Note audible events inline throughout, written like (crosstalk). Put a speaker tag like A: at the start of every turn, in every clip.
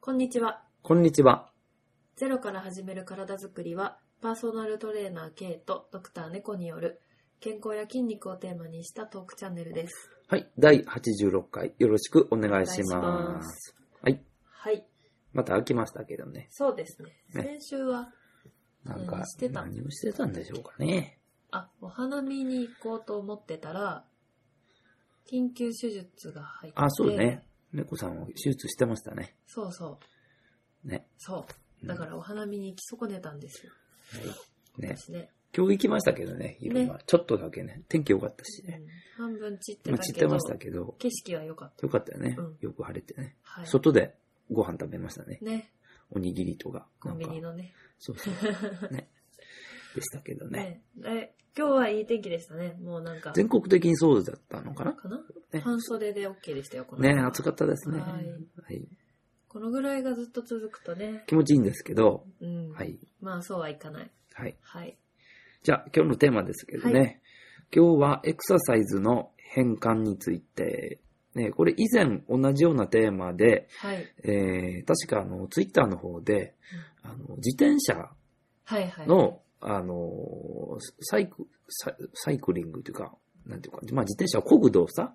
A: こんにちは。
B: こんにちは。
A: ゼロから始める体づくりは、パーソナルトレーナー K とドクター猫による健康や筋肉をテーマにしたトークチャンネルです。
B: はい。第86回、よろしくお願いし
A: お願
B: ま。
A: いします
B: はい。
A: はい。
B: また飽きましたけどね。
A: そうですね。
B: ね
A: 先週は、
B: なんか
A: 何して、た
B: 何をしてたんでしょうかね。
A: あ、お花見に行こうと思ってたら、緊急手術が入って。
B: あ、そうね。。猫さんを手術してましたね。
A: そうそう。
B: ね。
A: そう。だからお花見に行き損ねたんですよ。
B: ね。
A: 私ね。
B: 今日行きましたけどね、昼間。ちょっとだけね。天気良かったし
A: う
B: ね。
A: ん半分散って
B: まあ
A: た
B: 散っ
A: け
B: て
A: ど
B: ま、したけど、
A: 景色は良かった。
B: よかったよね
A: うん。
B: よく晴れてね。
A: はい。
B: 外でご飯食べましたね。
A: ね。
B: おにぎりとか。
A: コンビニ
B: な
A: の
B: んか。
A: ね。
B: そうそう。ね。でしたけ
A: (laughs)
B: どね。
A: ねえ、今日はいい天気でしたね。もうなんか。
B: 全国的にそうだったのかな
A: かな
B: ね
A: 半袖で OK でしたよ、この
B: ね、暑かったですね。
A: はい
B: はい。
A: このぐらいがずっと続くとね。
B: 気持ちいいんですけど、
A: うん。
B: はい。
A: まあ、そうはいかない。
B: はい。
A: はい。
B: じゃあ、今日のテーマですけどね、
A: は
B: 今日はエクササイズの変換について、ね、これ以前同じようなテーマで、
A: はい。
B: えー、確かあの、ツイッターの方で、あの、自転車
A: はいはい。
B: の、あの、サイク、ササイクリングというか、なんていうか、まあ自転車を漕ぐ動作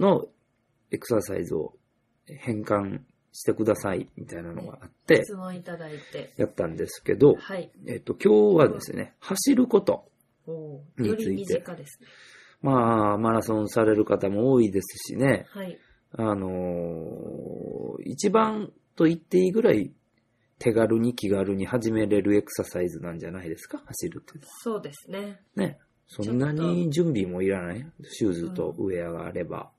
B: のエクササイズを変換してくださいみたいなのがあっ
A: うん
B: て、
A: 質問いただいて。
B: やったんですけど、
A: はい。
B: えっと、今日はですね、走ること。
A: おー
B: に
A: よ
B: ついて
A: り身近ですね。
B: まあ、マラソンされる方も多いですしね、
A: はい。
B: あのー一番と言っていいぐらい手軽に気軽に始めれるエクササイズなんじゃないですか、走るっていうの
A: そうですね。
B: は。ね。そんなに準備もいらない。シューズとウェアがあれば。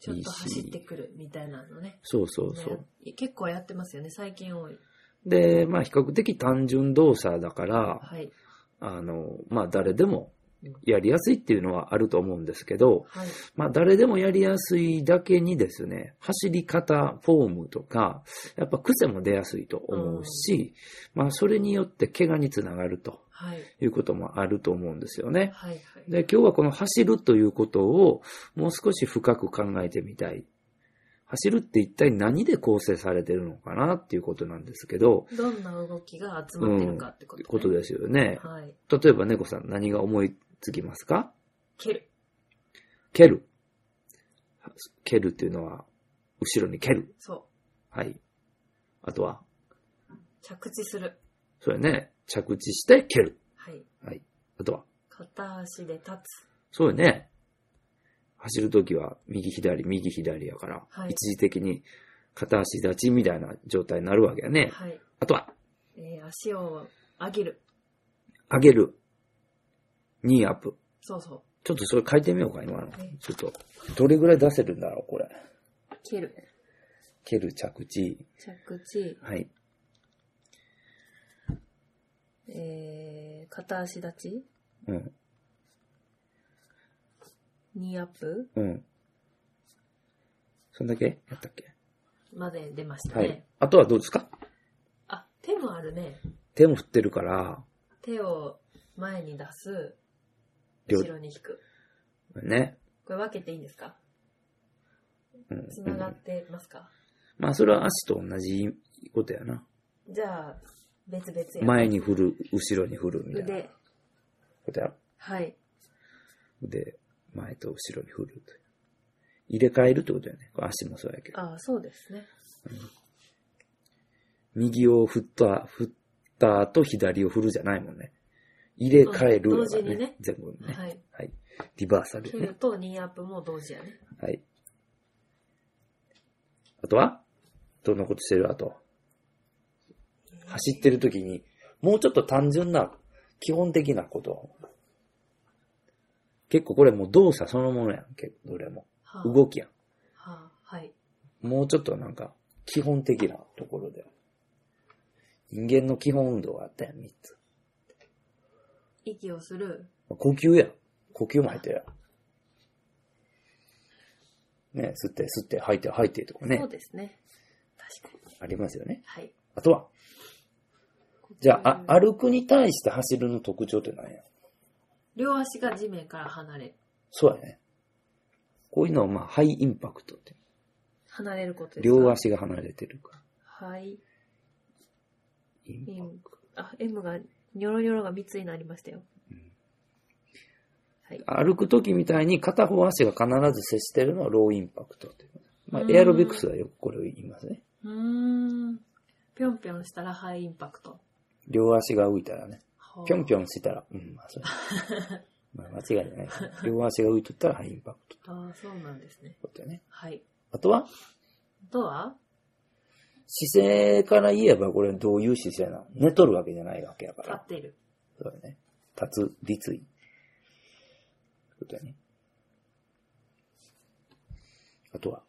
A: ちょっ
B: いい
A: と
B: し
A: 走ってくるみたいなのね。
B: そうそうそう。
A: ね結構やってますよね、最近多い。
B: で、まあ比較的単純動作だから、
A: はい。
B: あの、まあ誰でもやりやすいっていうのはあると思うんですけど、
A: はい。
B: まあ誰でもやりやすいだけにですね、走り方、フォームとか、やっぱ癖も出やすいと思うし、まあそれによって怪我につながると
A: はい。
B: いうこともあると思うんですよね。
A: はい。はい。
B: で、今日はこの走るということをもう少し深く考えてみたい。走るって一体何で構成されてるのかなっていうことなんですけど、
A: どんな動きが集まってるかってこと,、ね
B: ことですよね。
A: はい。
B: 例えば猫さん何が思いつきますか
A: 蹴る。
B: 蹴る。蹴るっていうのは、後ろに蹴る。
A: そ
B: はい。あとは、
A: う。着地する。
B: それね、着地して蹴る。
A: はい。
B: はい。あとは、
A: 片足で立つ。
B: そうよね。走るときは右左、右左やから、
A: はい
B: 一時的に片足立ちみたいな状態になるわけやね。
A: はい。
B: あとは、
A: えー足を上げる。
B: 上げる。ニーアップ。
A: そうそ
B: ちょっとそれ変えてみようか、今の
A: い。
B: ちょっと、どれぐらい出せるんだろう、これ。
A: う。蹴る。
B: 蹴る、着地。
A: 着地。
B: はい。
A: えー、片足立ち。
B: うん、
A: ニーアップ
B: うん。そんだけやったっけ
A: まで出ました
B: は
A: ね。
B: い。あとはどうですか
A: あ、手もあるね。
B: 手も振ってるから、
A: 手を前に出す。
B: 両
A: 後ろに引く。
B: ね。
A: これ分けていいんですか
B: うん。う
A: つなが
B: ん
A: っ、てますか、
B: まあ、それは足と同じことやな。
A: じゃあ、別々や。
B: 前に振る、後ろに振るみたいな
A: 腕。
B: ことやろ。
A: はい。
B: 腕、前と後ろに振るという。入れ替えるってことやね。これ足もそうやけど。
A: ああ、そうですね。
B: 右を振った、振った後左を振るじゃないもんね。入れ替えるや
A: うん同時
B: から
A: にね
B: 全部ね。
A: はい。
B: はい。リバーサル
A: 蹴
B: やね
A: る。とニーアップも同時やね。
B: はい。あとはどんなことしてるあと。走ってる時に、もうちょっと単純な、基本的なこと。結構これもう動作そのものやん。結構どれも。
A: はあ
B: 動きや
A: はあ、はい。
B: ん。もうちょっとなんか、基本的なところで。人間の基本運動があったやん、3つ。
A: 息をする。
B: 呼吸やん。呼吸も入ってるやん。ね、吸って、吸って、吐いて、吐いてとかね
A: そう。ですね。確かに。
B: ありますよね。
A: はい。
B: あとは、じゃあ、
A: あ
B: あ、歩くに対して走るの特徴って何や
A: 両足が地面から離れ、
B: そうやね。こういうのは、まあ、ハイインパクトって。
A: 離れることですか
B: 両。足が離れてるから。
A: はい。
B: インパク
A: あ、M が、ニョロニョロが密になりましたよ。
B: うん
A: はい。
B: 歩くときみたいに片方足が必ず接してるのはローインパクトという。まあ
A: う、ん
B: エアロビクスはよくこれを言いますね。
A: うーん。ぴょんぴょんしたらハイインパクト。
B: 両足が浮いたらね。ぴょんぴ
A: ょん。
B: ょんしたら、うん、まあ、
A: (laughs)
B: それ。まあ、間違いじゃない。両足が浮いとったらハイインパクトって
A: ああ、そうなんですね。
B: ことよね。
A: はい。
B: あとは、
A: あとは
B: 姿勢から言えばこれどういう姿勢なの寝とるわけじゃないわけやか
A: 合
B: ら
A: っ。ている。
B: そうだね。立つ、立位。ことだね。あとは、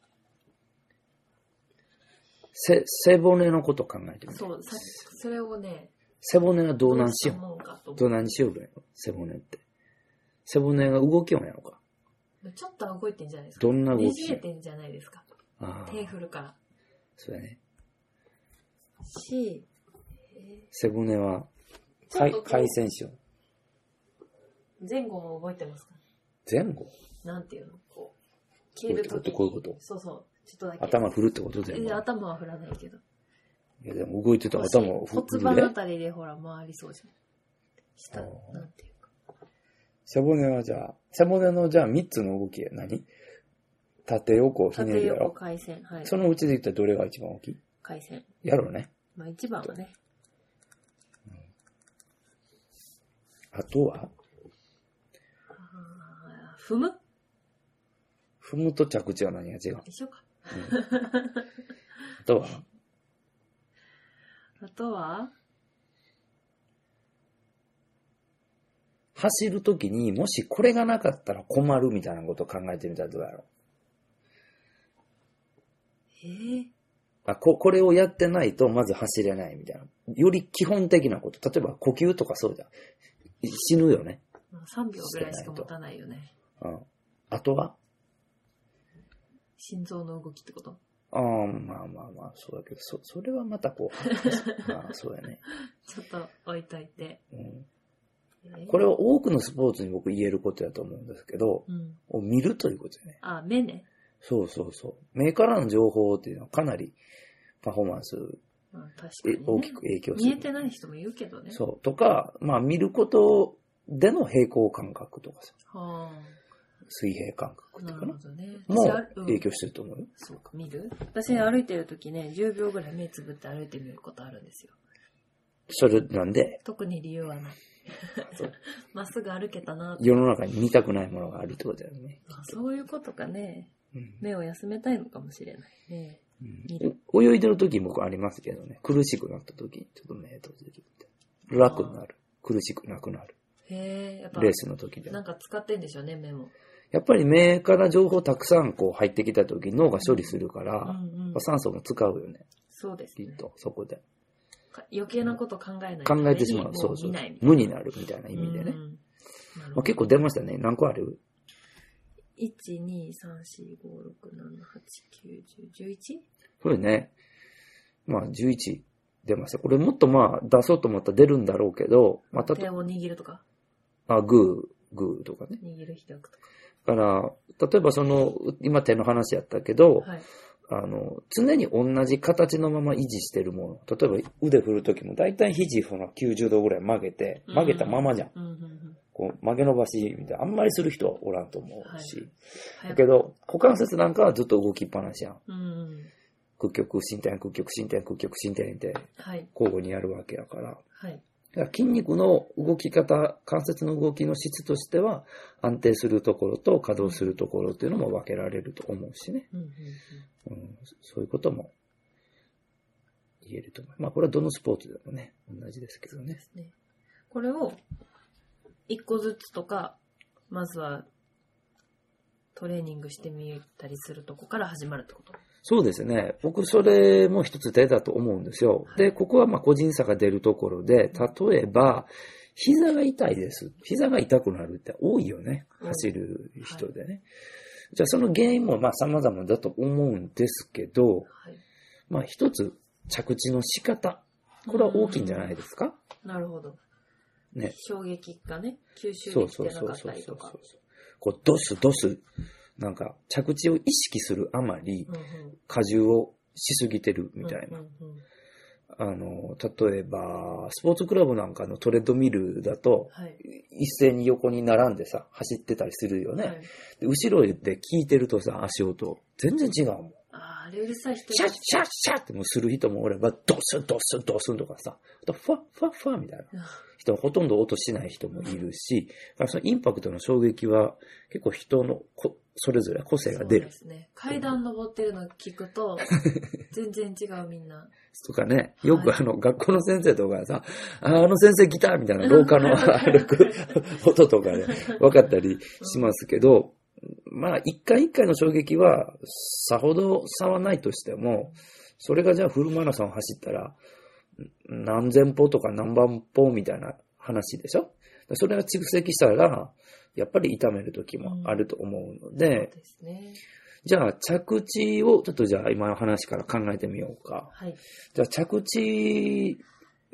B: せ、背骨のこと考えてみて。
A: そう、さそれをね、
B: 背骨はどうなん
A: し
B: し
A: よ
B: よ
A: う
B: う。
A: もんかと思
B: どうなんしようべやろ背骨って。背骨が動きよんやろか。
A: う。ちょっとは動いてんじゃないですか。
B: どんな動
A: ね
B: き
A: じ
B: しよ
A: れ
B: ん
A: てんじゃないですか。
B: ああ、
A: 手振るから。
B: そうだね。
A: し、え
B: 背骨は、
A: ちょっとこう
B: 回線しよう。
A: ー前後も動いてますか
B: 前後
A: なんていうのこう、消えるときに。
B: こういうことこういうこと
A: そうそう。ちょっとだけ。
B: 頭振るってことで
A: えー頭は振らないけど。
B: いやでも動いてたら頭を振
A: 骨
B: る
A: 盤あ
B: ね。
A: たりでほら回りそうじゃん。下、
B: あー
A: なんていうか。
B: 背骨はじゃあ、背骨のじゃあ3つの動き、何縦横ひね
A: 縦
B: るやろ
A: 横。回線。はい。
B: そのうちで言ったらどれが一番大きい
A: 回線。
B: やろうね。
A: まあ一番はね。
B: あとは、
A: あー踏む
B: 踏むと着地は何が違う、うん、
A: 一緒か。
B: あとは、
A: あとは、
B: 走るときにもしこれがなかったら困るみたいなことを考えてみたらどうやろ
A: えー、
B: うあここれをやってないとまず走れないみたいな。より基本的なこと。例えば呼吸とかそうじゃん。死ぬよね。
A: まあ3秒ぐらいしか持たないよね。
B: うん。あとは
A: 心臓の動きってこと
B: ああ、まあまあまあ、そうだけど、そ、それはまたこ
A: (laughs)
B: う、まあそうだね、
A: ちょっと置いといて。
B: うん。
A: えー
B: これは多くのスポーツに僕言えることだと思うんですけど、
A: うん。
B: を見るということだね。
A: あ、目ね。
B: そうそうそう。目からの情報っていうのはかなりパフォーマンス
A: うん、確か
B: え
A: に、ね。
B: 大きく影響する。
A: 見えてない人もいるけどね。
B: そう。とか、まあ見ることでの平行感覚とかさ、
A: は
B: 水平
A: あ。
B: 感覚ってい
A: な
B: うか
A: る
B: な
A: ほ。どね。
B: も
A: 私ある
B: う
A: うん
B: 影響してると思うよ。
A: そうか、見る私歩いてるときね、10秒ぐらい目つぶって歩いてみることあるんですよ。
B: それなんで、
A: 特に理由はない。
B: そう
A: (laughs) まっすぐ歩けたなって
B: 世の中に見たくないものがあるってことだよね。
A: あそういうことかね。
B: うん
A: 目を休めたいのかもしれないね。
B: うん泳いでる時僕ありますけどね、苦しくなった時にちょっと目閉じるって。楽になる。苦しくなくなる。
A: へえ、やっぱ
B: レー、スの時でも
A: なんか使ってんでしょうね、目も。
B: やっぱり目から情報たくさんこう入ってきた時脳が処理するか
A: う
B: ら、
A: んうん。
B: 酸素も使うよね、
A: そうです
B: き
A: ね
B: っ。と、そこで。
A: か余計なこと考えない。
B: 考えてしまう。そうそ
A: 見
B: う
A: ない。。
B: 無になるみたいな意味でね
A: うん。うん。なる
B: ま
A: ほ
B: あ、
A: ど
B: 結構出ましたね。何個ある
A: 1、2、3、4、5、6、7、8、9、10、11?
B: これね、まあ11出ました。これもっとまあ出そうと思ったら出るんだろうけど、また、
A: 手を握るとか、
B: あ、グー、グーとかね。
A: 握る開くと
B: だから、例えばその、今手の話やったけど、
A: か。はい。
B: あの、常に同じ形のまま維持してるもの。例えば腕振るときも大体肘ほら90度ぐらい曲げて、
A: うん
B: 曲げたままじゃん。
A: うんうんうん。
B: こう曲げ伸ばしみたいな。あんまりする人はおらんと思うし。
A: 早
B: だ
A: く
B: けど、股関節なんかはずっと動きっぱなしやん。
A: うんうん。
B: 屈曲、伸展、屈曲、伸展、屈曲、伸展って
A: はい。
B: 交互にやるわけやから。
A: はい。
B: だから筋肉の動き方、関節の動きの質としては、安定するところと稼働するところっていうのも分けられると思うしね。
A: うんうん
B: うん、そういうことも言えると思う。まあこれはどのスポーツでもね、同じですけど
A: うん。で
B: ね。
A: すね。これを、一個ずつとか、まずは、トレーニングしてみたりするとこから始まるってこと。
B: そうですね。僕それも一つ手だと思うんですよ。
A: はい
B: で、ここはまあ個人差が出るところで、例えば、膝が痛いです。膝が痛くなるって多いよね。
A: うん
B: 走る人でね。じゃあその原因もまあ様々だと思うんですけ
A: は
B: ど、
A: い。
B: まあ一つ着地の仕方。これは大きいんじゃないですか、
A: なるほど。
B: ね。
A: 衝撃がね、吸収
B: そ
A: で
B: う
A: き
B: そ
A: て
B: う
A: な
B: そ
A: か
B: う
A: っ
B: そ
A: た
B: う
A: り
B: そ
A: と
B: う
A: か。
B: こう、ドスドス、なんか、着地を意識するあまり
A: う、んうん
B: 荷重をしすぎてるみたいな。
A: うんうんうん
B: あの、例えば、スポーツクラブなんかのトレッドミルだと、
A: はい。
B: 一斉に横に並んでさ、走ってたりするよね。
A: はい
B: で後ろで聞いてるとさ、足音、全然違うもん。
A: あーあれうるさい人
B: シャッシャッシャッってもうする人もおれば、ドスンドスンドスンとかさ、あとファッファッファッみたいな
A: うん
B: 人はほとんど音しない人もいるし、だからそのインパクトの衝撃は結構人のこそれぞれ個性が出
A: そう
B: る
A: ですね。階段登ってるの聞く
B: (laughs)
A: と、全然違うみんな。
B: とかね、
A: はい
B: よくあの学校の先生とかがさ、ああの先生来たみたいな廊下の (laughs) 歩く音とかで、分かったりしますけど、まあ、一回一回の衝撃は、さほど差はないとしても、それがじゃあフルマラソン走ったら、ん何千歩とか何万歩みたいな話でしょそれが蓄積したら、やっぱり痛める時もあると思うの
A: そう
B: で、
A: ですね。
B: じゃあ着地を、ちょっとじゃあ今の話から考えてみようか。
A: はい。
B: じゃあ着地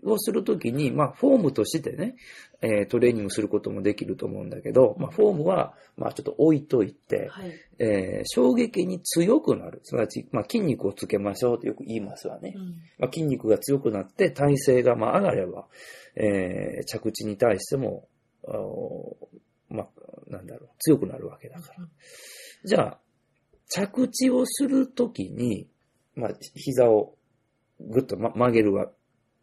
B: をするときに、まあ、フォームとしてね、えートレーニングすることもできると思うんだけど、まあ、フォームは、まあ、ちょっと置いといて、
A: はい。
B: えー衝撃に強くなる。すなわち、まあ、筋肉をつけましょうとよく言いますわね
A: う。ん
B: まあ、筋肉が強くなって、体勢がまあ上がれば、えー着地に対しても、あのまあ、なんだろう、強くなるわけだから。じゃあ、着地をするときに、まあ、膝をぐっと、ま、曲げるわ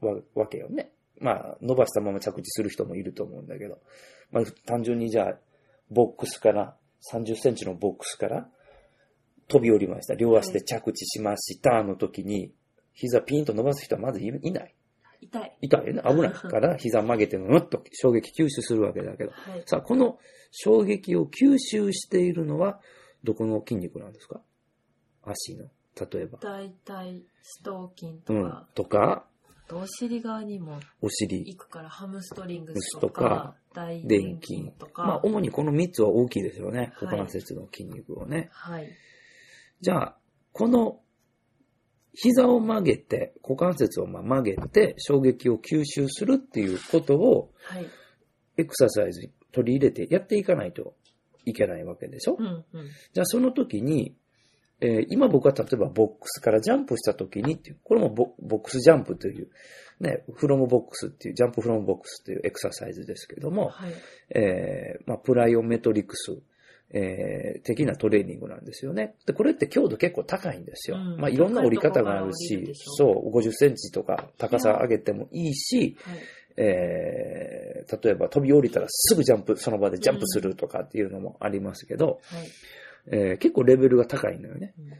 B: わわけよね。まあ、伸ばしたまま着地する人もいると思うんだけど、まあ、単純にじゃあ、ボックスから、30センチのボックスから飛び降りました。両足で着地しましたの時に、膝ピンと伸ばす人はまずいいない。
A: 痛い。
B: 痛いよね。危ないか
A: (laughs)
B: ら、膝曲げて、うっと衝撃吸収するわけだけど。
A: はい。
B: さあ、この衝撃を吸収しているのは、どこの筋肉なんですか足の。例えば。
A: 大体、四頭筋
B: う
A: と
B: ん
A: か、。
B: とか、
A: あとお尻側にも
B: お尻。
A: 行くから、ハムストリングス
B: と
A: と
B: か
A: か、大
B: 臀
A: 臀
B: 筋
A: 筋と
B: まあ
A: か、、
B: 主にこの3つは大きいですよね。
A: はい
B: 股関節の筋肉をね。
A: はい。
B: じゃあ、この、膝を曲げて、股関節をまあ曲げて、衝撃を吸収するっていうことを、
A: はい。
B: エクササイズに取り入れてやっていかないといけないわけでしょ、
A: うんうん。
B: じゃあその時に、えー今僕は例えばボックスからジャンプした時にっていう、これもボボックスジャンプという、ね、フロムボックスっていう、ジャンプフロムボックスっていうエクササイズですけども、
A: はい。
B: えーまあ、プライオメトリクス、えー的なトレーニングなんですよね。で、これって強度結構高いんですよ。
A: うん
B: まあ、いろんな折り方がある
A: 高
B: し、
A: いとこから降りるでしょ
B: そう、50センチとか高さ上げてもいいし、
A: はい。
B: えー例えば飛び降りたらすぐジャンプ、その場でジャンプするとかっていうのもありますけど、
A: はい。
B: えー結構レベルが高いのよね。
A: うん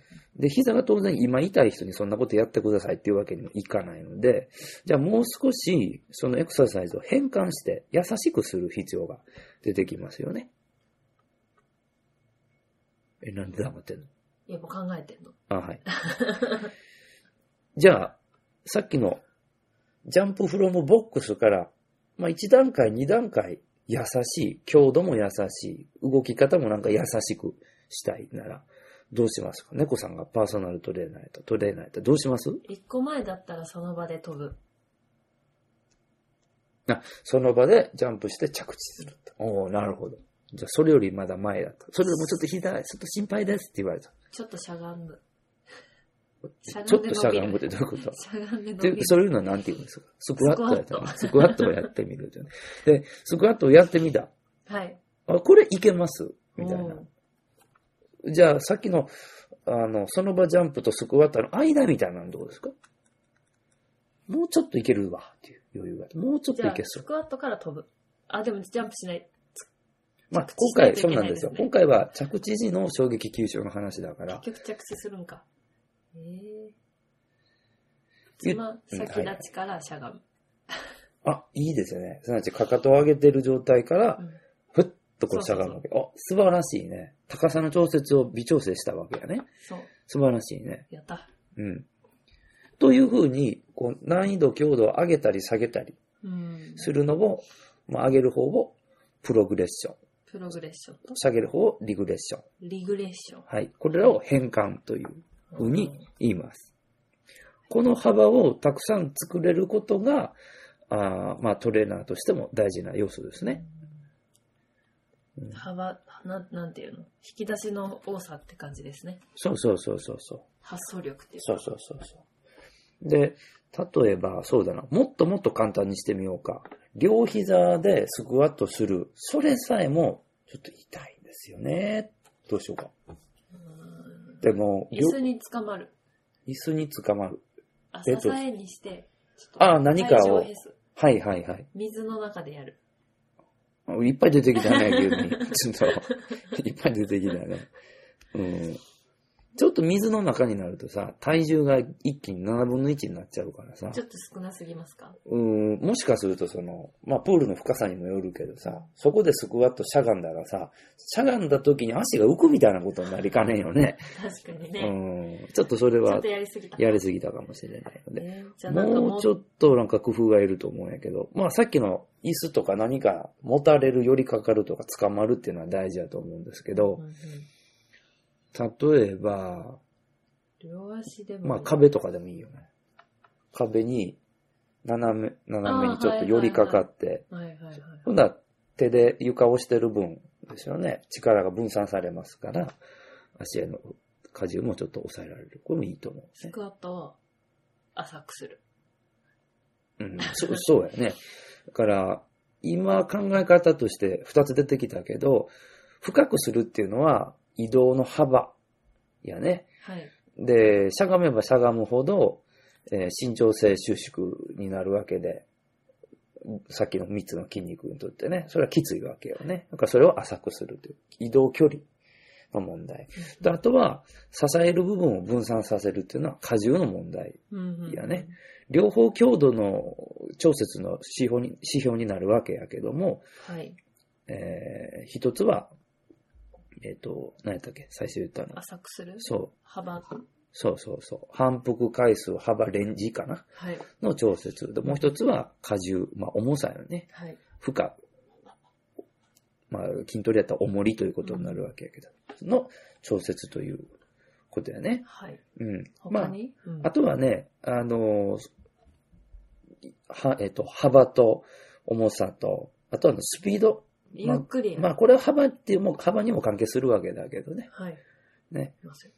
B: で、膝が当然今痛い人にそんなことやってくださいっていうわけにもいかないので、じゃあもう少しそのエクササイズを変換して優しくする必要が出てきますよね。え、なんで黙ってんの
A: やっぱ考えてんの。
B: あ、はい。じゃあ、さっきのジャンプフロムボックスから、まあ1段階、2段階優しい、強度も優しい、動き方もなんか優しくしたいなら、どうしますか猫さんがパーソナルトレーナーやったら、トレーナーやったらどうします
A: 一個前だったらその場で飛ぶ。
B: あ、その場でジャンプして着地すると。おおなるほど。じゃあ、それよりまだ前だった。それでもちょっと膝、ちょっと心配ですって言われた。
A: ちょっとしゃがむ。しゃ
B: ち
A: が
B: ょ
A: んで伸
B: っと
A: びる
B: しゃがむってどういうこと
A: しゃがんで伸び
B: で
A: る、。
B: そういうのはなんて言うんですかスクワットやったス
A: ス
B: クワットをやってみるという。で、スクワットをやってみた。
A: はい。
B: あ、これいけますみたい
A: お
B: な
A: ー。
B: じゃあ、さっきの、あの、その場ジャンプとスクワットの間みたいなのどうですかもうちょっといけるわ、っていう余裕がある。もうちょっ
A: じ
B: と
A: ゃ
B: い
A: あ、
B: けそ
A: ス
B: う。
A: クワットから飛ぶ。あ、でもジャンプしない。
B: まあ、
A: 着
B: 今
A: 地しないとい
B: 回、そう
A: けな
B: な
A: んい
B: で
A: ですす
B: よ
A: ね。
B: 今回は着地時の衝撃吸収の話だから、
A: 結局着地するんか。ええ
B: ゆ
A: つま
B: うん
A: 先立ちからしゃがむ。
B: あ、いいですね。すなわち、かかとを上げてる状態から
A: う、ん
B: ふっとこうしゃがむわけ。あ、素晴らしいね。高さの調節を微調整したわけやね。
A: そう。
B: 素晴らしいね。
A: やった。
B: うん。というふうに、こう、難易度、強度を上げたり下げたり
A: うん。
B: するのを、まあ、上げる方をプログレッション、
A: プログレッションと
B: 下げる方をリグレッション。
A: リグレッション。
B: はい。これらを変換というふうに
A: うん
B: 言います。この幅をたくさん作れることが、あーまあ、トレーナーとしても大事な要素ですね。うん
A: 幅な、なんていうの引き出しの多さって感じですね。
B: そうそうそうそうそう。
A: 発想力っていうか。
B: そうそうそうそう。で、例えば、そうだな、もっともっと簡単にしてみようか。両膝でスクワットする。それさえも、ちょっと痛いんですよね。どうしようか。
A: うん
B: でも、
A: 椅子
B: よ
A: につかまる。
B: 椅子につかまる。
A: あ、支
B: えっと
A: えにして、ちょっと
B: あ何かを
A: 体重減す
B: はいはいはい。
A: 水の中でやる。
B: いっぱい出てきた
A: (laughs)
B: ね、急に。ちょっと、いっぱい出てきたね。うん。ちょっと水の中になるとさ、体重が一気に7分の1になっちゃうからさ
A: ち、ょっと少なすぎますか
B: うん、もしかするとその、まあ、プールの深さにもよるけどさ、そこでスクワットしゃがんだらさ、しゃがんだ時に足が浮くみたいなことになりかねんよね。
A: 確かに
B: う
A: ね。
B: ん。ちょっとそ
A: ち
B: れ
A: ょっ
B: は
A: と、やりすぎた。
B: やりすぎたかもしれないので。
A: ねじゃあなんかも
B: も
A: う
B: うちょっとなんか工夫がいると思うんやけど、まあさっきの椅子とか何か持たれるよりかかるとか捕まるっていうのは大事だと思うんですけど
A: う、んうん
B: 例えば、
A: 両足でもいい。
B: まあ壁とかでもいいよね。壁に斜め、斜めにちょっと寄りかかって、
A: はいはいはい。
B: ほんなら手で床を押してる分ですよね、力が分散されますから、足への荷重もちょっと抑えられる。これもいいと思うんです
A: ス
B: ね。
A: クワットを浅くする。
B: うん、そうそうやね。だから、今考え方として2つ出てきたけど、深くするっていうのは移動の幅やね。
A: はい。
B: で、しゃがめばしゃがむほど、えー伸長性収縮になるわけで、さっきの3つの筋肉にとってね、それはきついわけよね。だからそれを浅くするという移動距離の問題。であとは、支える部分を分散させるっていうのは荷重の問題
A: うんうん
B: いやね。両方強度の調節の指標に指標になるわけやけども、
A: はい。
B: えー一つは、えっ、と、何やったっけ最初言ったの。
A: 浅くする
B: そう、
A: 幅。
B: そうそうそう。反復回数、幅、レンジかな
A: はい。
B: の調節。でもう一つは荷重、まあ重さよね。
A: はい。
B: 負荷。まあ筋トレやったら重りということになるわけやけど、の調節ということやね。
A: はい。
B: うん。ま
A: 他
B: あ
A: に、うん
B: あとはね、あの、は、えっと、幅と重さと、あとはねスピード。
A: ゆっくり。
B: まあ、これは幅っていう、もう幅にも関係するわけだけどね。
A: はい。
B: ね。
A: いますよ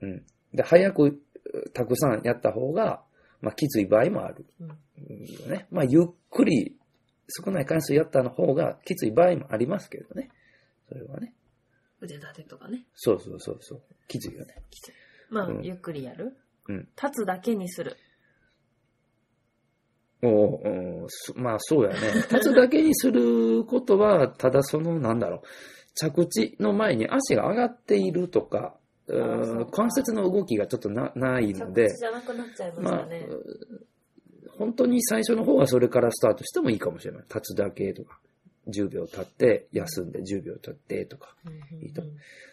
B: うん。で、早く、うたくさんやった方が、まあ、きつい場合もある。
A: うん
B: よね。まあ、ゆっくり、少ない回数やったの方が、きつい場合もありますけどね。それはね。
A: 腕立てとかね。
B: そうそうそうそう。きついよね。
A: まあ、
B: うん
A: ゆっくりやる。
B: うん
A: 立つだけにする。
B: おううんそまあそうやね。立つだけにすることは、ただその、なんだろう、着地の前に足が上がっているとか、う
A: あそ
B: ん
A: うか
B: 関節の動きがちょっとなないの
A: 着
B: で
A: 地、じゃなくなっちゃいまし
B: まあ、
A: た
B: う
A: ね。
B: 本当に最初の方はそれからスタートしてもいいかもしれない。立つだけとか、10秒立って、休んで10秒立ってとか。
A: うんうんうん
B: いいと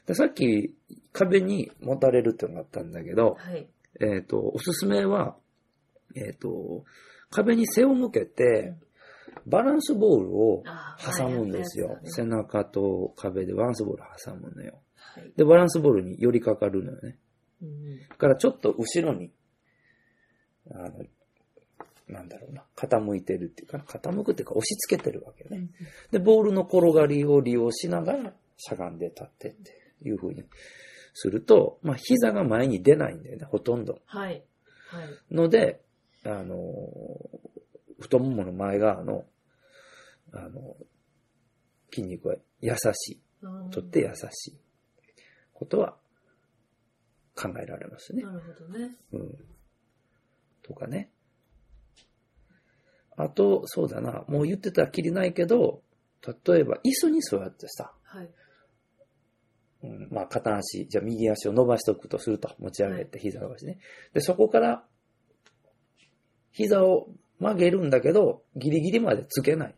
B: でさっき壁に持たれるってのがあったんだけど、
A: はい。
B: えっ、と、おすすめは、えっ、と、壁に背を向けて、バランスボールを
A: あー
B: 挟むんですよ。背中と壁でバランスボール挟むのよ。
A: はい。
B: で、バランスボールに寄りかかるのよね。
A: うんうん
B: だからちょっと後ろに、あの、なんだろうな、傾いてるっていうかな、傾くっていうか押し付けてるわけね。で、ボールの転がりを利用しながら、しゃがんで立ってっていう風にすると、まあ、膝が前に出ないんだよね、ほとんど。
A: はい。はい。
B: ので、あのー、太ももの前側の、あのー、筋肉は優し
A: うん
B: い。とって優しい。ことは考えられますね
A: な。るほどね。
B: うん。とかね。あと、そうだな。もう言ってたらきりないけど、例えば椅子に座ってさ、
A: はい。
B: うん、まあ片足、じゃあ右足を伸ばしておくとすると、持ち上げて膝伸ばしてね。で、そこから、膝を曲げるんだけど、ギリギリまでつけない。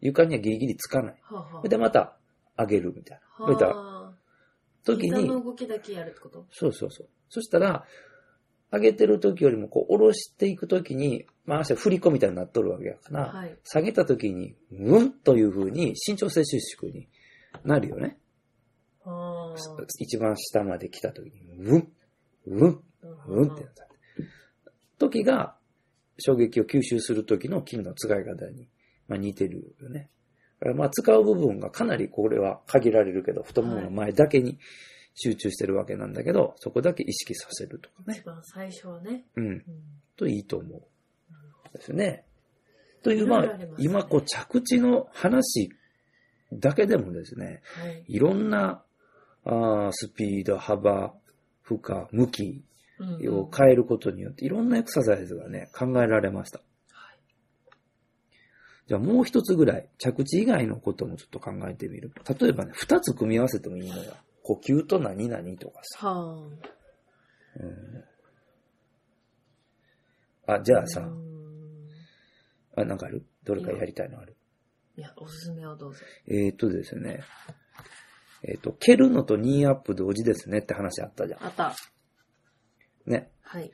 B: 床にはギリギリつかない。
A: はあはあ
B: で、また上げるみたいな。そういった
A: はあ
B: 時
A: 膝
B: に、
A: の動きだけやるってこと
B: そうそうそう。そしたら、上げてる時よりも、こう、下ろしていく時に、まあ、足は振り子みたいになっとるわけやから、
A: はい。
B: 下げた時に、うんという風に、身長性収縮になるよね。
A: はあ
B: 一番下まで来た時に、うん、うん、うんってなった。時が、衝撃を吸収する時の筋の使い方に、まあ、似てるよね。からまあ使う部分がかなりこれは限られるけど、太ももの前だけに集中してるわけなんだけど、そこだけ意識させるとか
A: 一
B: ね。
A: 番最初はね。
B: うん。
A: うん
B: といいと思う。ですね。という、まあ
A: いろいろありますね
B: 今こう着地の話だけでもですね、
A: はい。
B: いろんなあースピード、幅、負荷、向き
A: うん
B: を変えることによっていろんなエクササイズがね、考えられました。
A: はい
B: じゃあもう一つぐらい、着地以外のこともちょっと考えてみる。例えばね、二つ組み合わせてもいいのよ。呼吸と何々とかさ。
A: は
B: あ、じゃ
A: あ。
B: あさ
A: う、ん
B: あ、なんかあるどれかやりたいのある
A: いや、おすすめはどうぞ。
B: えーっとですね。えーっと、蹴るのとニーアップ同時ですねって話あったじゃ
A: あった。
B: ん。ね。
A: はい。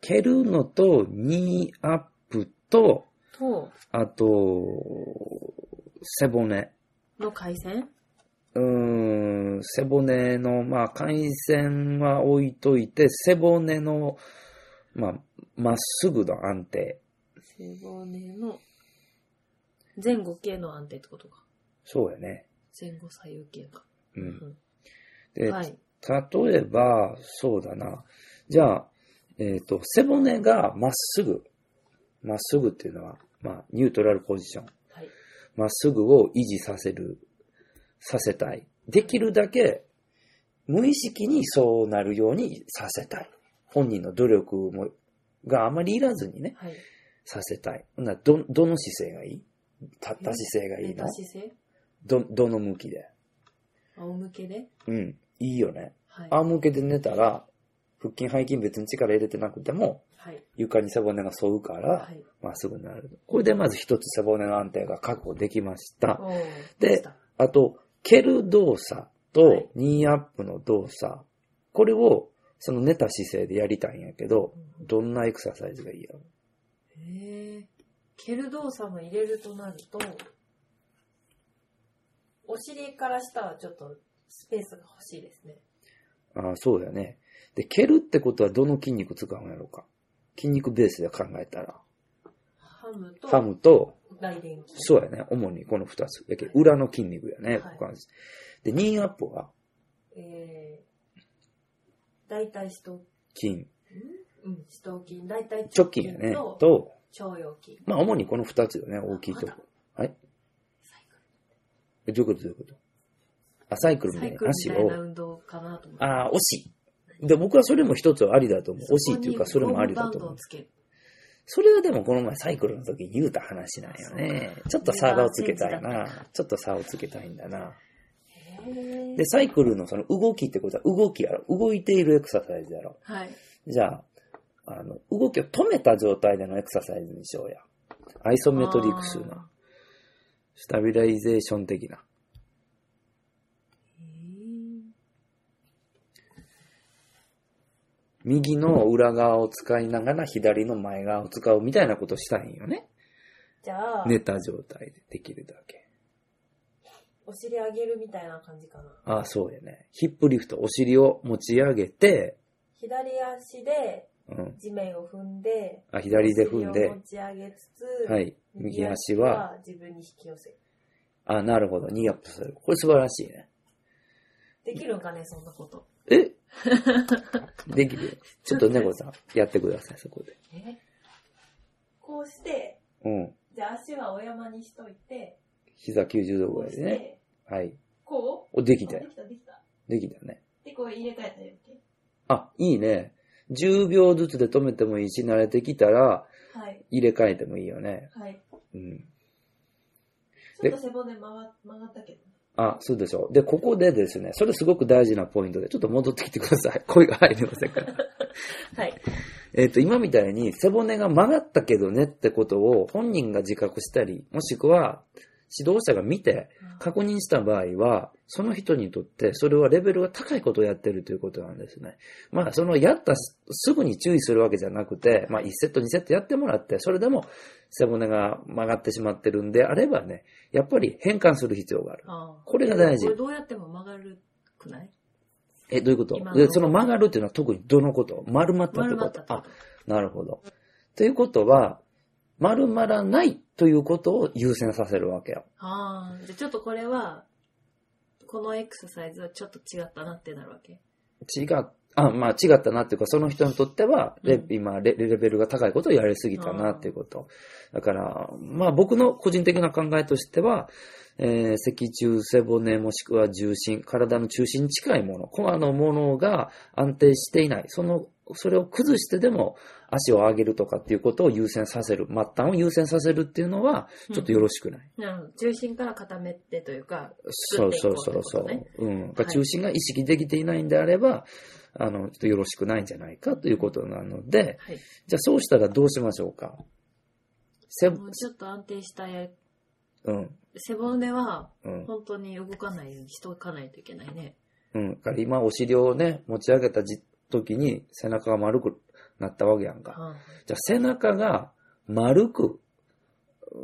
B: 蹴るのとニーアップと、
A: と、
B: あと、背骨。
A: の回線
B: うーん、背骨の、まあ、回線は置いといて、背骨の、まあ、まっすぐの安定。
A: 背骨の前後系の安定ってことか。
B: そうやね。
A: 前後左右系か。
B: う。
A: うんん
B: で、
A: はい。
B: 例えば、そうだな。じゃあ、えっ、と、背骨がまっすぐ。まっすぐっていうのは、まあ、ニュートラルポジション。
A: はい。
B: まっすぐを維持させる、させたい。できるだけ、無意識にそうなるようにさせたい。本人の努力も、があまりいらずにね、
A: はい。
B: させたい。ほんならど、どの姿勢がいい立った姿勢がいい
A: 寝
B: の
A: た姿勢
B: ど、どの向きで
A: 仰向けで
B: うん。いいよね。
A: はい。
B: 仰向けで寝たら、腹筋背筋別に力入れてなくても、
A: はい。
B: 床に背骨が沿うか
A: は
B: ら、
A: い。
B: まっすぐになる。これでまず一つ背骨の安定が確保できました。
A: おー
B: で
A: した
B: あと、蹴る動作
A: はい
B: とニーアップの動作、これをその寝た姿勢でやりたいんやけど
A: う、ん
B: どんなエクササイズがいいやろ
A: へえ。蹴る動作も入れるとなると、お尻から下はちょっとスペースが欲しいですね。
B: ああ、そうだよね。で、蹴るってことはどの筋肉使うんやろうか。筋肉ベースで考えたら、
A: ハムと
B: ファムと、
A: 大電筋。
B: そうやね、主にこの二つ。やけ裏の筋肉や
A: はい
B: ね、股関節で、ニーアップは
A: えー、大体四頭
B: 筋、
A: うん、四頭筋、大体
B: 直筋やね、
A: と
B: と、
A: 腸腰筋。
B: まあ主にこの二つよね、大きいとこ
A: あ。
B: はい。
A: サイ
B: えどういうことどういうことあ、サイク
A: ク
B: ル
A: ル
B: み
A: サ
B: たい
A: イ
B: な
A: クルみ
B: 足
A: たいな
B: を、
A: 運動かなと思って。
B: ああ、惜しい。で、僕はそれも一つありだと思う。惜しいっていうか、それもありだと
A: ゴムバンド
B: 思
A: を
B: う。
A: つける。
B: それはでもこの前サイクルの時に言うた話なんよね。ちょっと差をつけたいな。ちょっと差をつけたいんだな。
A: へ
B: で、サイクルのその動きってことは動きやろ。動いているエクササイズやろ。
A: ーはい。
B: じゃあ、あの、動きを止めた状態でのエクササイズにしようや。アイソメトリクスな。スタビライゼーション的な。
A: へー
B: 右の裏側を使いながら左の前側を使うみたいなことしたいんよね。
A: じゃあ、
B: 寝た状態でできるだけ。
A: お尻上げるみたいな感じかな。
B: ああ、そうやね。ヒップリフト、お尻を持ち上げて、
A: 左足で
B: うん。
A: 地面を踏んで、
B: あ、左で踏
A: お尻
B: ん
A: を
B: で
A: 持、ち上げつつ、
B: はい。右足は、
A: 自分に引き寄せる。
B: あ、なるほど。ニーアップする。これ素晴らしいね。
A: できるんかね、そんなこと。
B: (laughs) えできる。ちょっと猫さん、やってください、そこで。
A: えこうして、
B: うん。
A: じゃあ足はお山にしといて、
B: 膝90度ぐ
A: こ
B: ら
A: う
B: い
A: して、
B: でね。はい。
A: こう
B: お、で
A: で
B: きたよ
A: で。きた、できた。
B: できたね。
A: で、こう入れ替えたらいいわ
B: あ、いいね。10秒ずつで止めてもいいし、慣れてきたら、
A: けはい。
B: 入れ替えてもいいよね。
A: はい。
B: うん。
A: ちょっと背骨回曲がったけど。
B: あ、そうでしょう。で、ここでですね、それすごく大事なポイントで、ちょっと戻ってきてください。 (laughs) 声が入りませんから。
A: はい。
B: えっと、今みたいに背骨が曲がったけどねってことを本人が自覚したり、もしくは指導者が見て確認した場合は、その人にとってそれはレベルが高いことをやってるということなんですね。まあ、そのやったすすぐに注意するわけじゃなくて、まあ1セット2セットやってもらって、それでも背骨が曲がってしまってるんであればね、やっぱり変換する必要がある。
A: ああ
B: これが大事
A: これどうやっても曲がるくない
B: え、どういうこと
A: 今の
B: でその曲がるっていうのは特にどのこと丸まったって
A: 丸ま
B: こ
A: った
B: と
A: ってこ
B: あ
A: と、
B: なるほど。ということは、丸まらないということを優先させるわけよ。
A: ああ、じゃあちょっとこれは、このエクササイズはちょっと違ったなってなるわけ。
B: 違っ、あ、まあ違ったなっていうか、その人にとっては、レ
A: うん
B: 今レ、レベルが高いことをやりすぎたなっていうこと。だから、まあ僕の個人的な考えとしては、えー、脊柱、背骨もしくは重心、体の中心に近いもの、コアのものが安定していない。その、それを崩してでも足を上げるとかっていうことを優先させる。末端を優先させるっていうのは、ちょっとよろしくない。
A: なるほど。重心から固めてというか、
B: そうそうそうそ
A: 作っていこうって
B: う。うん。
A: はい
B: 中心が意識できていないんであれば、あの、ちょっとよろしくないんじゃないかということなので、
A: はい。
B: じゃあそうしたらどうしましょうか。背、
A: もうちょっと安定したや、
B: うん、
A: 背骨は
B: うん、
A: 本当に動かないようにしとかないといけないね。
B: うん。だから今お尻をね、持ち上げたじ時に背中が丸くなったわけやんか。
A: あ
B: じゃあ背中が丸く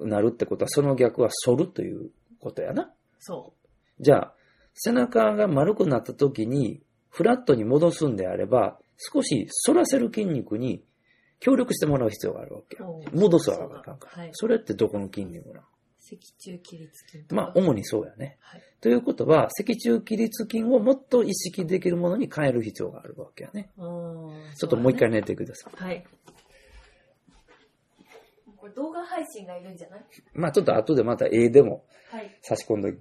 B: なるってことは、その逆は反るということやな。
A: そ
B: じゃあ、背中が丸くなった時に、フラットに戻すんであれば、少し反らせる筋肉に協力してもらう必要があるわけ
A: う。。おう
B: 戻すわけだから。
A: はい。
B: それってどこの筋肉なの
A: 脊柱起立筋とか。
B: まあ、主にそうやね。
A: はい。
B: ということは、脊柱起立筋をもっと意識できるものに変える必要があるわけやね。
A: うん
B: ちょっともう一回。寝てください。
A: はい。これ動画配信がいるんじゃない
B: まあ、ちょっと後でまた絵でも
A: はい。
B: 差し込んで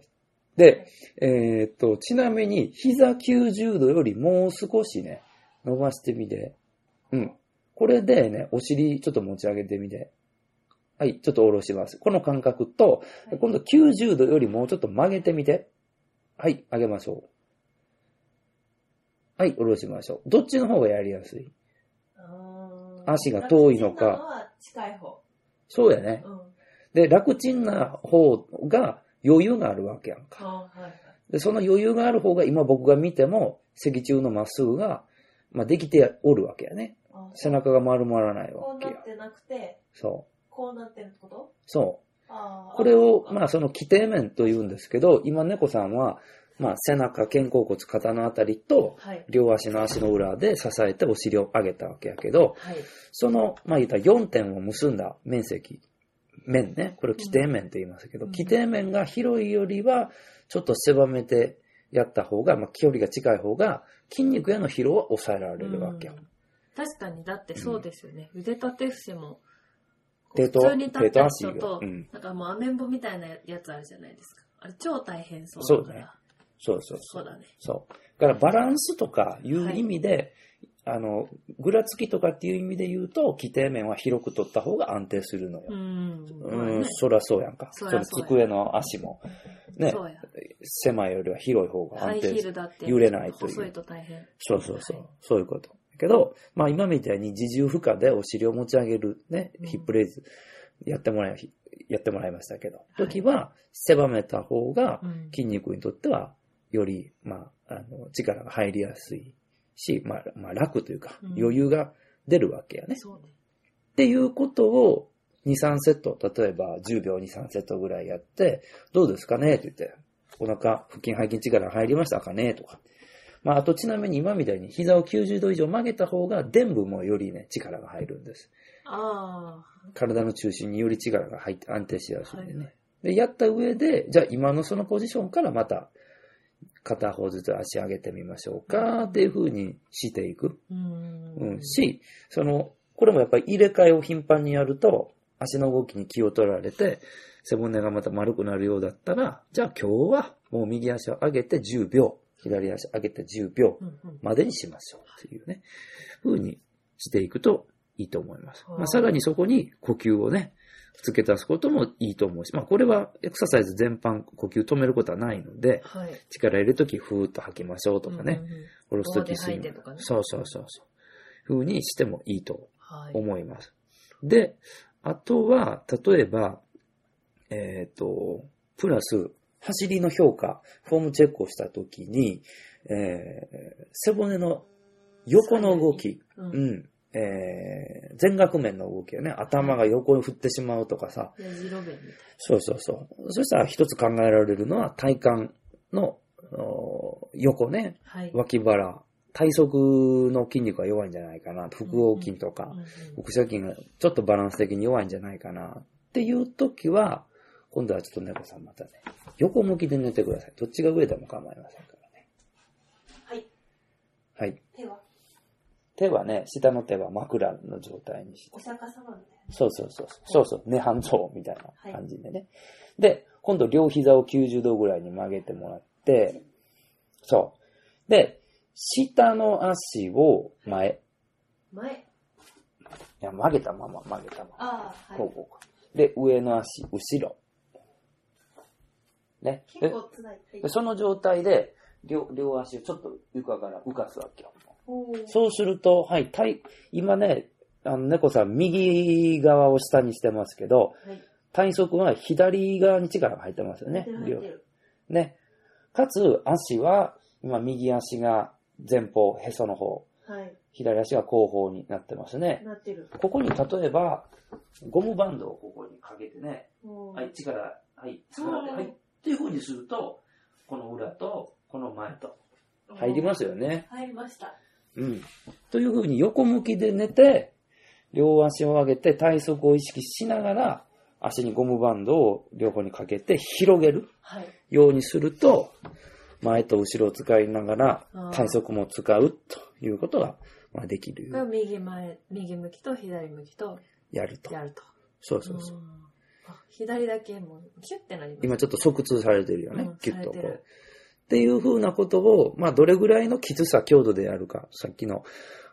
B: で、えーっと、ちなみに、膝90度よりもう少しね、伸ばしてみて。うん。これでね、お尻ちょっと持ち上げてみて。はい、ちょっと下ろします。この感覚と、
A: はい
B: 今度90度よりもうちょっと曲げてみて。はい、上げましょう。はい、下ろしましょう。どっちの方がやりやすい
A: うん
B: 足が遠いのか。
A: 楽ちんなは近い方。
B: そうやね。
A: うん。
B: で、楽ちんな方が余裕があるわけやんか。
A: あーはいはい。
B: で、その余裕がある方が今僕が見ても、脊柱のまっすぐが、まあ、できておるわけやね。
A: あー
B: 背中が丸まらない
A: こ
B: わ
A: う
B: け
A: な
B: や
A: っ。てなくて、
B: そう。
A: こうなってるってこと
B: そ
A: あ
B: う。
A: ー
B: これを、
A: あ
B: まあ、その起底面と言うんですけど、今猫さんは、まあ、背中、肩甲骨、肩のあたりと、
A: はい。
B: 両足の足の裏で支えてお尻を上げたわけやけど、
A: はい。
B: その、まあ、言ったら4点を結んだ面積、面ね、これを起点面と言いますけど、
A: うん
B: 起点面が広いよりは、ちょっと狭めてやった方が、まあ、距離が近い方が、筋肉への疲労は抑えられるわけよ。
A: うん確かに、だってそうですよね。腕立て伏せも、こう
B: 手と、
A: 普通に立
B: 手
A: った
B: と足
A: 人
B: が
A: と。
B: う、ん。
A: なんかもうアメンボみたいなやつあるじゃないですか。あれ超大変そうだから。
B: そうそう
A: そ
B: そ。
A: ううだね。
B: そう。だからバランスとかいう意味で、あの、ぐらつきとかっていう意味で言うと、起底面は広く取った方が安定するのよ。
A: うん。
B: うん、そらそうやんか。
A: そ
B: そ
A: らそうや
B: の机の足も。ね、
A: そうや。
B: 狭いよりは広い方が
A: ハイ
B: 安
A: ヒ
B: 定
A: ー
B: する。
A: ルだって、
B: 揺れないという
A: 細いと大変。
B: そうそうそう
A: はい。
B: そういうこと。だけど、まあ今みたいに自重負荷でお尻を持ち上げるね
A: う、ん
B: ヒップレイズやってもらい、やってもらいましたけど、時は狭めた方が
A: うん
B: 筋肉にとってはより、まあ、あの、力が入りやすいし、まあ、まあ楽というか
A: うん、
B: 余裕が出るわけやね。
A: そうね。
B: っていうことを2、3セット、例えば10秒2、3セットぐらいやって、どうですかねって言って、お腹、腹筋、背筋力入りましたかねとか。まあ、あとちなみに今みたいに膝を90度以上曲げた方が、臀部もよりね、力が入るんです。
A: あ
B: 体の中心により力が入って安定しやすいんでね。
A: はいは
B: で、やった上で、じゃあ今のそのポジションからまた、片方ずつ足上げてみましょうか、っていう風にしていく。
A: あ。うん。
B: うん、し、その、これもやっぱり入れ替えを頻繁にやると、足の動きに気を取られて、背骨がまた丸くなるようだったら、じゃあ今日はもう右足を上げて10秒、左足上げて10秒
A: うんうん。
B: までにしましょうっていうね、風にしていくといいと思います。
A: はい
B: まあ、さらにそこに呼吸をね、付け足すこともいいと思うし、まあこれはエクササイズ全般呼吸止めることはないので、
A: はい。
B: 力入れるときふーっと吐きましょうとかね
A: う、んうんうん。
B: 下ろすとき
A: 棒で吐いてとかね
B: そうそうそうそう。風にしてもいいと
A: はい。
B: 思います。で、あとは、例えば、えっ、と、プラス、走りの評価、フォームチェックをしたときに、えー背骨の横の動き、
A: う。
B: うんん、えー全額面の動きよね、頭が横に振ってしまうとかさ、
A: やじろべえみたい
B: そうそうそう。そしたら一つ考えられるのは体幹のお横ね、
A: な。はい。
B: 脇腹、体側の筋肉が弱いんじゃないかな。腹横筋とか、腹斜筋がちょっとバランス的に弱いんじゃないかな。っていう時は、今度はちょっと猫さんまたね、横向きで寝てください。どっちが上でも構いませんからね。
A: はい。
B: はい。
A: 手は
B: 手はね、下の手は枕の状態にして。
A: お釈迦様みたい
B: そうそうそう。そうそう。寝半蔵みたいな感じでね。で、今度両膝を90度ぐらいに曲げてもらって、そう。で、下の足を前。
A: な。前。
B: いや、曲げたまま、曲げたまま。
A: ああ、は
B: こ。
A: いう
B: こうこう。で、上の足、後ろ。ね。
A: 結
B: で、
A: 構辛いって
B: で。その状態で、両、両足をちょっと床から浮かすわけよ。
A: おー
B: そうすると、はい、体、今ね、あの、猫さん、右側を下にしてますけど、
A: はい。
B: 体側は左側に力が入ってますよね
A: 手。入っ
B: 両
A: てる。
B: ね。かつ、足は、今、右足が前方、へその方、
A: はい。
B: 左足が後方になってますね。
A: なってる。
B: ここに、例えば、ゴムバンドをここにかけてね、
A: おー
B: はい、力、はい、
A: そう
B: 力で、はい、っていう風にすると、この裏と、この前と。入り
A: す。
B: ますよね。
A: 入りました。
B: うん。という風に横向きで寝て、両足を上げて体側を意識しながら、足にゴムバンドを両方にかけて広げる
A: はい。
B: ようにすると、前と後ろを使いながら
A: あー、
B: 体側も使うということが、まあ、できる。
A: 右前、右向きと左向きと
B: やると。
A: やると。
B: そうそうそう。
A: んあ左だけもう、キュッてなります。
B: 今ちょっと側通されてるよね。
A: うん
B: キュッとこ
A: されて
B: う
A: る。
B: っていう風なことを、まあ、どれぐらいのきつさ、強度でやるか、さっきの、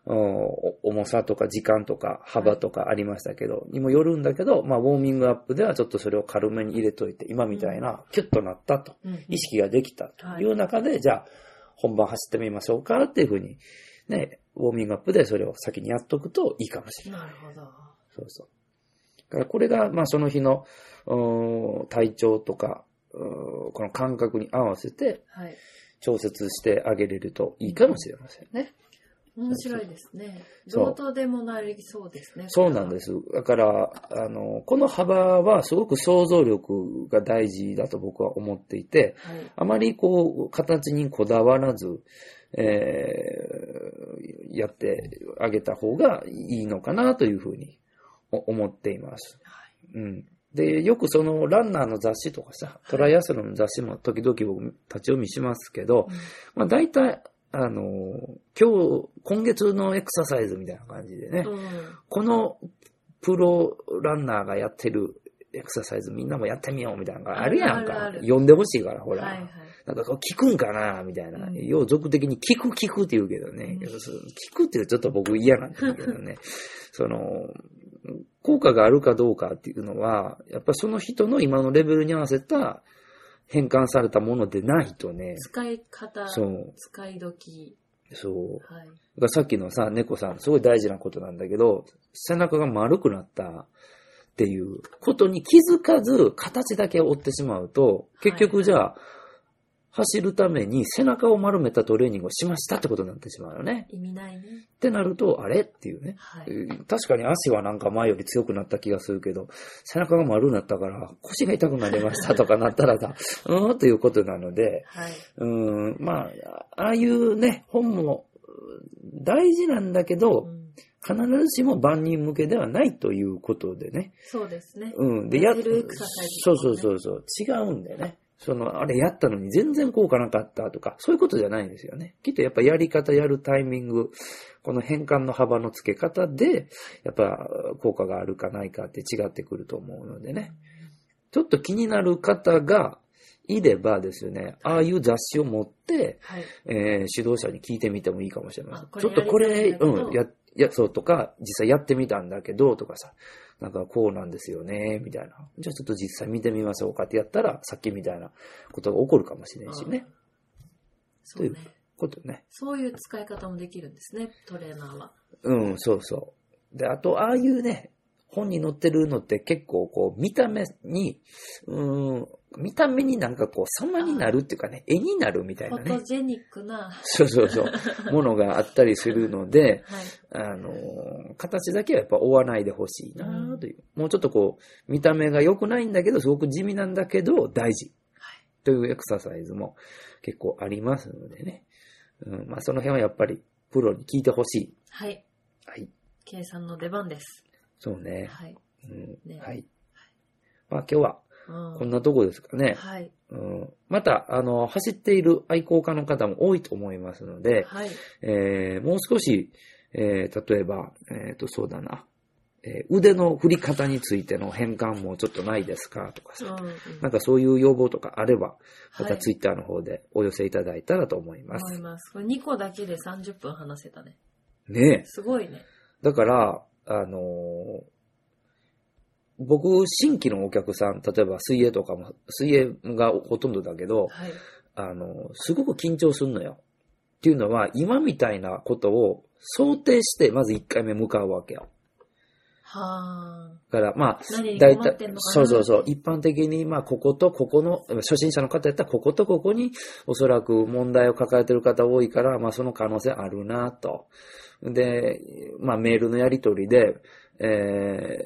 B: うんお重さとか時間とか幅とかありましたけど、にもよるんだけど、まあ、ウォーミングアップではちょっとそれを軽めに入れといて、今みたいな、キュッとなったと、
A: うんうん
B: 意識ができたという中で、じゃあ、本番走ってみましょうかっていう風に、ね、ウォーミングアップでそれを先にやっとくといいかもしれない。
A: なるほど。
B: そうそう。だからこれが、まあその日の、うーん体調とか、うーんこの感覚に合わせて
A: はい。
B: 調節してあげれるといいかもしれませんね。
A: 面白いですね。
B: そう
A: 上等でもなりそうですね。。
B: そうなんですす。だから、あの、この幅はすごく想像力が大事だと僕は思っていて、
A: はい。
B: あまりこう、形にこだわらず、えーやってあげた方がいいのかなというふうにお思っています。
A: はい
B: うん。で、よくそのランナーの雑誌とかさ、トライアスロンの雑誌も時々僕立ち読みしますけど、まあ大体、あの、今日、今月のエクササイズみたいな感じでね、
A: うん
B: このプロランナーがやってるエクササイズみんなもやってみようみたいなのがあるやん
A: あるあ
B: か
A: る。
B: 読んでほしいから、ほ
A: はい
B: ら。
A: はい。
B: なんかこう聞くんかなみたいな。
A: うん
B: よう俗的に聞く聞くって言うけどね。
A: うん
B: そう聞くってちょっと僕嫌なんだけどね。 (laughs) その、効果があるかどうかっていうのは、やっぱその人の今のレベルに合わせた変換されたものでないとね。
A: 使い方、
B: そう。
A: 使い時。
B: そう。
A: はい。
B: だからさっきのさ、猫さん、すごい大事なことなんだけど、背中が丸くなったっていうことに気づかず、形だけを追ってしまうと、結局じゃあ、走るために背中を丸めたトレーニングをしましたってことになってしまうよね。
A: 意味ないね。
B: ってなると、あれっていうね。
A: は
B: え
A: い。
B: ー確かに足はなんか前より強くなった気がするけど、背中が丸になったから腰が痛くなりましたとかなったらさ、 (laughs) うーんということなので、
A: はい。
B: うん、まあ、ああいうね、本もうん大事なんだけ
A: う
B: ど、
A: ん
B: 必ずしも万人向けではないということでね。
A: そうですね。
B: うん。で、
A: や
B: や
A: ってるエクササイズとか
B: そう
A: ね
B: そうそうそう。違うんだよね。その、あれやったのに全然効果なかったとか、そういうことじゃないんですよね。きっとやっぱやり方、やるタイミング、この変換の幅の付け方で、やっぱ効果があるかないかって違ってくると思うのでね。ちょっと気になる方がいればですね、ああいう雑誌を持って、
A: はい。
B: えー指導者に聞いてみてもいいかもしれませ
A: あこ
B: ん。
A: れ
B: ちょっとこ
A: やり
B: れ、
A: たいんだけど
B: うん、や、や、そうとか、実際やってみたんだけど、とかさ、なんかこうなんですよね、みたいな。じゃあちょっと実際見てみましょうかってやったら、さっきみたいなことが起こるかもしれんしね
A: あ。。そうね。
B: ことね。
A: そういう使い方もできるんですね、トレーナーは。
B: うん、そうそう。で、あと、ああいうね、本に載ってるのって結構こう、見た目に、うーん、見た目になんかこう、様になるっていうかね、絵になるみたい
A: フ
B: な
A: ォト
B: ね。
A: ジェニックな、
B: そうそうそう。
A: (laughs)
B: ものがあったりするので、
A: はい。
B: あのー、形だけはやっぱ追わないでほしいなという、もうちょっとこう、見た目が良くないんだけど、すごく地味なんだけど、大事。というエクササイズも結構ありますのでね。うん、まあその辺はやっぱりプロに聞いてほしい。
A: はい。
B: はい。
A: K さんの出番です。
B: そうね。
A: はい。
B: うん
A: ね
B: はい。まあ今日は
A: うん
B: こんなとこですかね。
A: はい。
B: うん、また、あの、走っている愛好家の方も多いと思いますので、
A: はい。
B: えーもう少し、えー例えば、えっ、と、そうだな、えー腕の振り方についての変換もちょっとないですかとか
A: う
B: さ、
A: んうん
B: なんかそういう要望とかあれば、ま
A: は
B: た
A: い
B: ツイッターの方でお寄せいただいたらと思いま
A: 思い
B: す。
A: ます。これ2個だけで30分話せたね。
B: ねえ。
A: すごいね。
B: だから、あのー僕、新規のお客さん、例えば水泳とかも、水泳がほとんどだけど、
A: はい。
B: あの、すごく緊張すんのよ。っていうのは、今みたいなことを想定して、まず1回目向かうわけよ。
A: はあ。
B: だから、まあ、
A: 何に
B: 大
A: 困っ
B: 体
A: てんの、か
B: そ
A: な
B: うそうそう、一般的に、まあ、こことここの、初心者の方やったら、こことここに、おそらく問題を抱えてる方多いから、まあ、その可能性あるなと。で、まあ、メールのやり取りで、えー